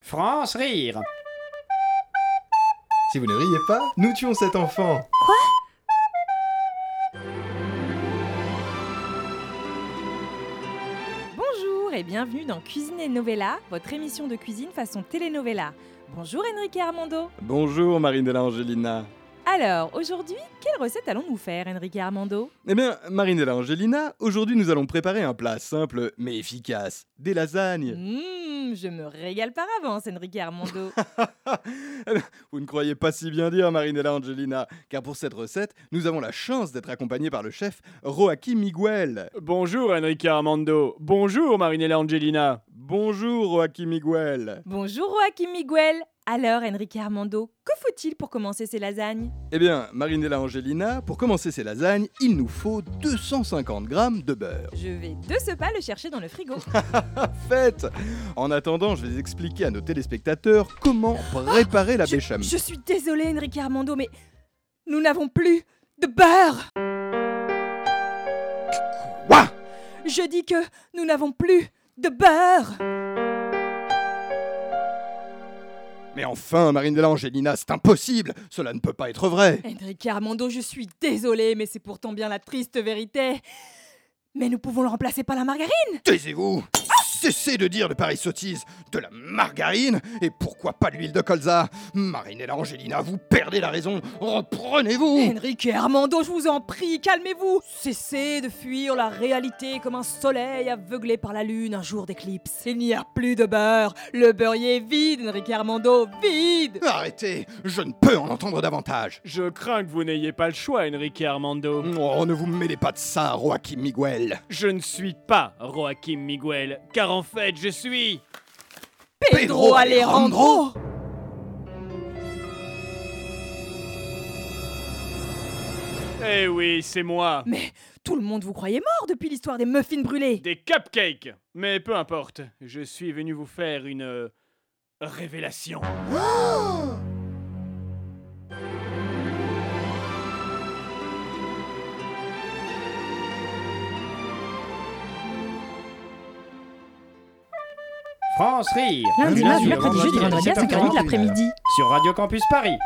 France rire. Si vous ne riez pas, nous tuons cet enfant Bonjour et bienvenue dans Cuisine et Novella, votre émission de cuisine façon telenovela. Bonjour Enrique Armando. Bonjour Marinella Angelina. Alors, aujourd'hui, quelle recette allons-nous faire, Enrique Armando Eh bien, Marinella Angelina, aujourd'hui nous allons préparer un plat simple mais efficace, des lasagnes. Hum, je me régale par avance, Enrique Armando. Vous ne croyez pas si bien dire Marinella Angelina, car pour cette recette, nous avons la chance d'être accompagnés par le chef Roaki Miguel. Bonjour Enrique Armando. Bonjour Marinella Angelina. Bonjour Roaki Miguel. Bonjour Joaquim Miguel. Alors, Enrique Armando, que faut-il pour commencer ces lasagnes Eh bien, Marinella Angelina, pour commencer ces lasagnes, il nous faut 250 grammes de beurre. Je vais de ce pas le chercher dans le frigo. Faites En attendant, je vais expliquer à nos téléspectateurs comment préparer la je, béchamel. je suis désolée, Enrique Armando, mais nous n'avons plus de beurre. Quoi Je dis que nous n'avons plus de beurre. Mais enfin, Marinella Angelina, c'est impossible Cela ne peut pas être vrai Enrique Armando, je suis désolée, mais c'est pourtant bien la triste vérité. Mais nous pouvons le remplacer par la margarine. Taisez-vous Cessez de dire de pareilles sottises De la margarine Et pourquoi pas de l'huile de colza Marinella Angelina, vous perdez la raison Reprenez-vous Enrique Armando, je vous en prie, calmez-vous. Cessez de fuir la réalité comme un soleil aveuglé par la lune un jour d'éclipse. Il n'y a plus de beurre. Le beurrier est vide, Enrique Armando, vide. Arrêtez Je ne peux en entendre davantage Je crains que vous n'ayez pas le choix, Enrique Armando. Oh, ne vous mêlez pas de ça, Joaquim Miguel Je ne suis pas Joaquim Miguel, car en fait, je suis. Pedro Alejandro. Eh oui, c'est moi. Mais tout le monde vous croyait mort depuis l'histoire des muffins brûlés. Des cupcakes. Mais peu importe, je suis venu vous faire une euh, révélation. France rire. Lundi, mardi, sur mercredi, jeudi, Radio vendredi, à Campus 5h30 de Paris. Ah, l'après-midi. hein, Sur Radio Campus Paris.